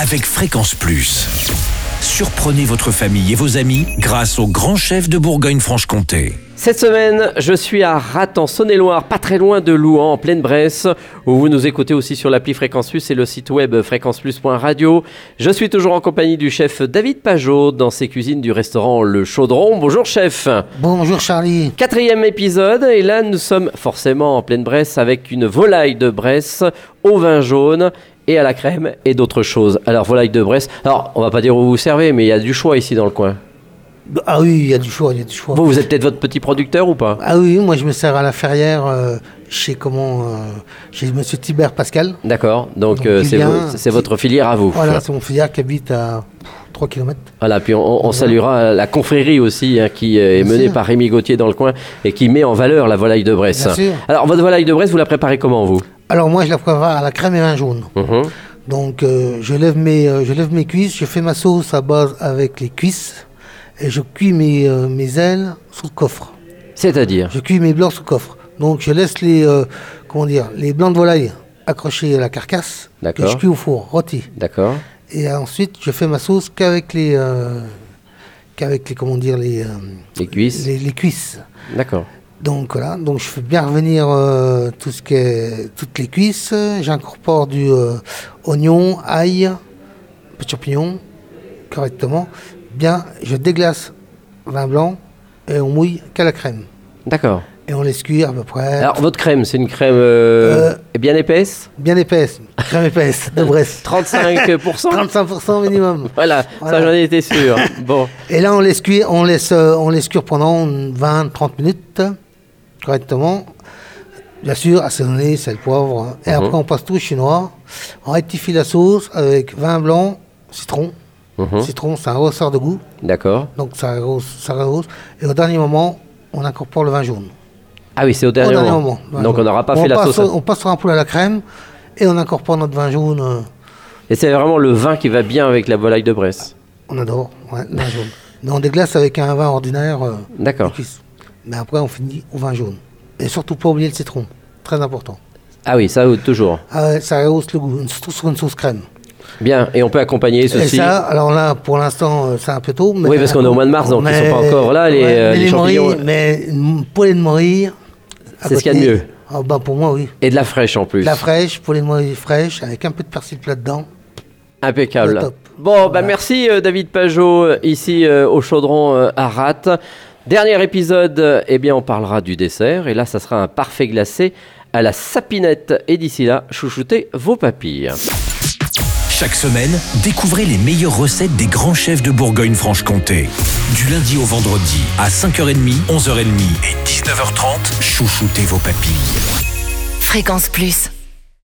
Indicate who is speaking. Speaker 1: avec Fréquence Plus. Surprenez votre famille et vos amis grâce au grand chef de Bourgogne-Franche-Comté.
Speaker 2: Cette semaine, je suis à Rat en Saône-et-Loire, pas très loin de Louan, en pleine Bresse, où vous nous écoutez aussi sur l'appli Fréquence Plus et le site web fréquenceplus.radio. Je suis toujours en compagnie du chef David Pajot dans ses cuisines du restaurant Le Chaudron. Bonjour chef.
Speaker 3: Bonjour Charlie.
Speaker 2: Quatrième épisode, et là nous sommes forcément en pleine Bresse avec une volaille de Bresse au vin jaune et à la crème et d'autres choses. Alors volaille de Bresse, alors on va pas dire où vous servez, mais il y a du choix ici dans le coin.
Speaker 3: Ah oui, il y a du choix, il y a du choix.
Speaker 2: Vous, vous êtes peut-être votre petit producteur ou pas
Speaker 3: Ah oui, moi je me sers à la ferrière euh, chez comment euh, chez Monsieur Tibert Pascal.
Speaker 2: D'accord, donc,
Speaker 3: Donc,
Speaker 2: euh,
Speaker 3: il
Speaker 2: c'est
Speaker 3: y a
Speaker 2: vo-
Speaker 3: un
Speaker 2: c'est
Speaker 3: petit-
Speaker 2: votre filière à vous.
Speaker 3: Voilà, c'est mon filière qui habite à 3 km.
Speaker 2: Voilà, puis on, on saluera la confrérie aussi, hein, qui euh, est
Speaker 3: Bien
Speaker 2: menée
Speaker 3: sûr.
Speaker 2: par Rémi Gauthier dans le coin et qui met en valeur la volaille de Bresse.
Speaker 3: Bien sûr.
Speaker 2: Alors, votre volaille de Bresse, vous la préparez comment, vous
Speaker 3: Alors moi je la prépare à la crème et vin jaune.
Speaker 2: Mhm.
Speaker 3: Donc euh, je lève mes euh, je lève mes cuisses, je fais ma sauce à base avec les cuisses et je cuis mes euh, mes ailes sous le coffre.
Speaker 2: C'est-à-dire
Speaker 3: Je cuis mes blancs sous coffre. Donc je laisse les euh, comment dire les blancs de volaille accrochés à la carcasse et
Speaker 2: D'accord.
Speaker 3: je cuis au four rôti.
Speaker 2: D'accord.
Speaker 3: Et ensuite, je fais ma sauce qu'avec les, euh, qu'avec les, comment dire, les, euh,
Speaker 2: Les cuisses
Speaker 3: les, les cuisses.
Speaker 2: D'accord.
Speaker 3: Donc voilà, donc je fais bien revenir euh, tout ce qui est- toutes les cuisses. J'incorpore du euh, oignon, ail, petit champignon, correctement. Bien, je déglace vin blanc et on mouille qu'à la crème.
Speaker 2: D'accord.
Speaker 3: Et on laisse cuire à peu près.
Speaker 2: Alors, votre crème, c'est une crème euh, bien épaisse
Speaker 3: bien épaisse, crème épaisse de Brest.
Speaker 2: 35%
Speaker 3: 35% minimum.
Speaker 2: Voilà, ça
Speaker 3: Voilà.
Speaker 2: j'en étais sûr. Bon,
Speaker 3: Et là, on laisse cuire, on laisse, euh, on laisse cuire pendant 20-30 minutes, correctement. Bien sûr, assaisonner, sel, poivre.
Speaker 2: Mhm.
Speaker 3: Et après, on passe tout au chinois. On rectifie la sauce avec vin blanc, citron.
Speaker 2: Mhm.
Speaker 3: Citron, c'est un ressort de goût,
Speaker 2: d'accord.
Speaker 3: donc ça rehausse. ça rehausse. Et au dernier moment, on incorpore le vin jaune.
Speaker 2: Ah oui, c'est au
Speaker 3: Au
Speaker 2: dernier,
Speaker 3: dernier moment. vin
Speaker 2: Donc, on
Speaker 3: jaune.
Speaker 2: n'aura pas fait la
Speaker 3: passe
Speaker 2: sauce.
Speaker 3: au- on passe sur un poule à la crème et on incorpore notre vin jaune. euh,
Speaker 2: Et c'est vraiment le vin qui va bien avec la volaille de Bresse.
Speaker 3: On adore, ouais, le vin jaune. Mais on déglace avec un vin ordinaire. euh,
Speaker 2: D'accord.
Speaker 3: cuisse. Mais après, on finit au vin jaune. Et surtout, pas oublier le citron. Très important.
Speaker 2: Ah oui, ça toujours.
Speaker 3: Ah ouais, ça rehausse le goût, surtout sur une sauce crème.
Speaker 2: Bien, et on peut accompagner
Speaker 3: Et
Speaker 2: ceci.
Speaker 3: ça, alors là, pour l'instant, euh, c'est un peu tôt. Mais
Speaker 2: Oui, parce qu'on est au mois de mars, donc ils sont pas encore là, les, euh,
Speaker 3: mais
Speaker 2: les champignons.
Speaker 3: morilles, mais une poêlée de morille. à
Speaker 2: C'est ce qu'il y a de
Speaker 3: côté.
Speaker 2: mieux.
Speaker 3: Ah bah, pour moi, oui.
Speaker 2: Et de la fraîche en plus.
Speaker 3: La fraîche, poêlée de morille fraîche, avec un peu de persil plat dedans.
Speaker 2: Impeccable.
Speaker 3: Le top.
Speaker 2: Bon, bah merci euh, David Pajot, euh, ici euh, au Chaudron euh, à Rat. Dernier épisode, euh, eh bien on parlera du dessert, et là ça sera un parfait glacé à la sapinette. Et d'ici là, chouchoutez vos papilles.
Speaker 1: Chaque semaine, découvrez les meilleures recettes des grands chefs de Bourgogne-Franche-Comté. Du lundi au vendredi, à 5h30, 11h30 et 19h30, chouchoutez vos papilles.
Speaker 4: Fréquence Plus.